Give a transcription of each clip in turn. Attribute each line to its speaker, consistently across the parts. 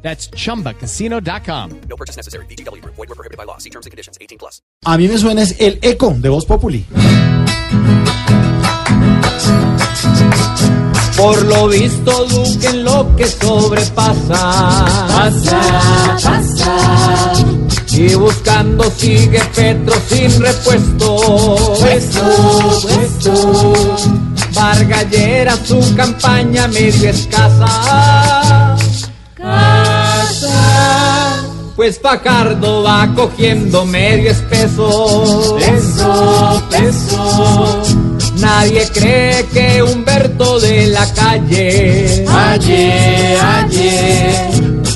Speaker 1: That's chumbacasino.com.
Speaker 2: No purchase necessary. BGW. Void were prohibited by law. See terms and conditions. 18 plus.
Speaker 3: A mí me suena es el eco de Voz Populi.
Speaker 4: Por lo visto, Duque en lo que sobrepasa. Pasa, pasa. Y buscando sigue Petro sin repuesto. Puesto, puesto. Vargas Lleras, su campaña medio escasa. Casa. Pues Fajardo va cogiendo medio espeso. Peso, peso. Nadie cree que Humberto de la calle. Ayer, ayer.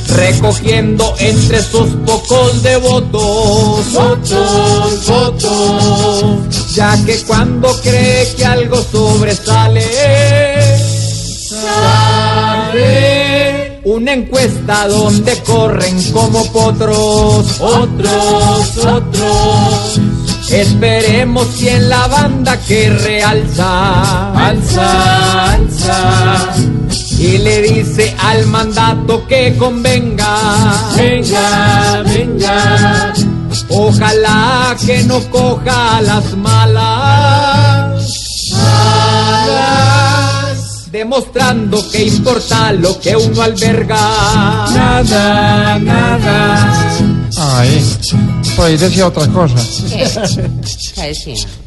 Speaker 4: Recogiendo entre sus pocos devotos. Votos, votos. Ya que cuando cree que algo sobresale. Sale una encuesta donde corren como potros, otros, otros. Esperemos si en la banda que realza, alza, alza. Y le dice al mandato que convenga, venga, venga. Ojalá que no coja a las malas. malas demostrando que importa lo que uno alberga. Nada, nada.
Speaker 5: Ay, por ahí decía otra cosa.
Speaker 6: ¿Qué? ¿Qué decía?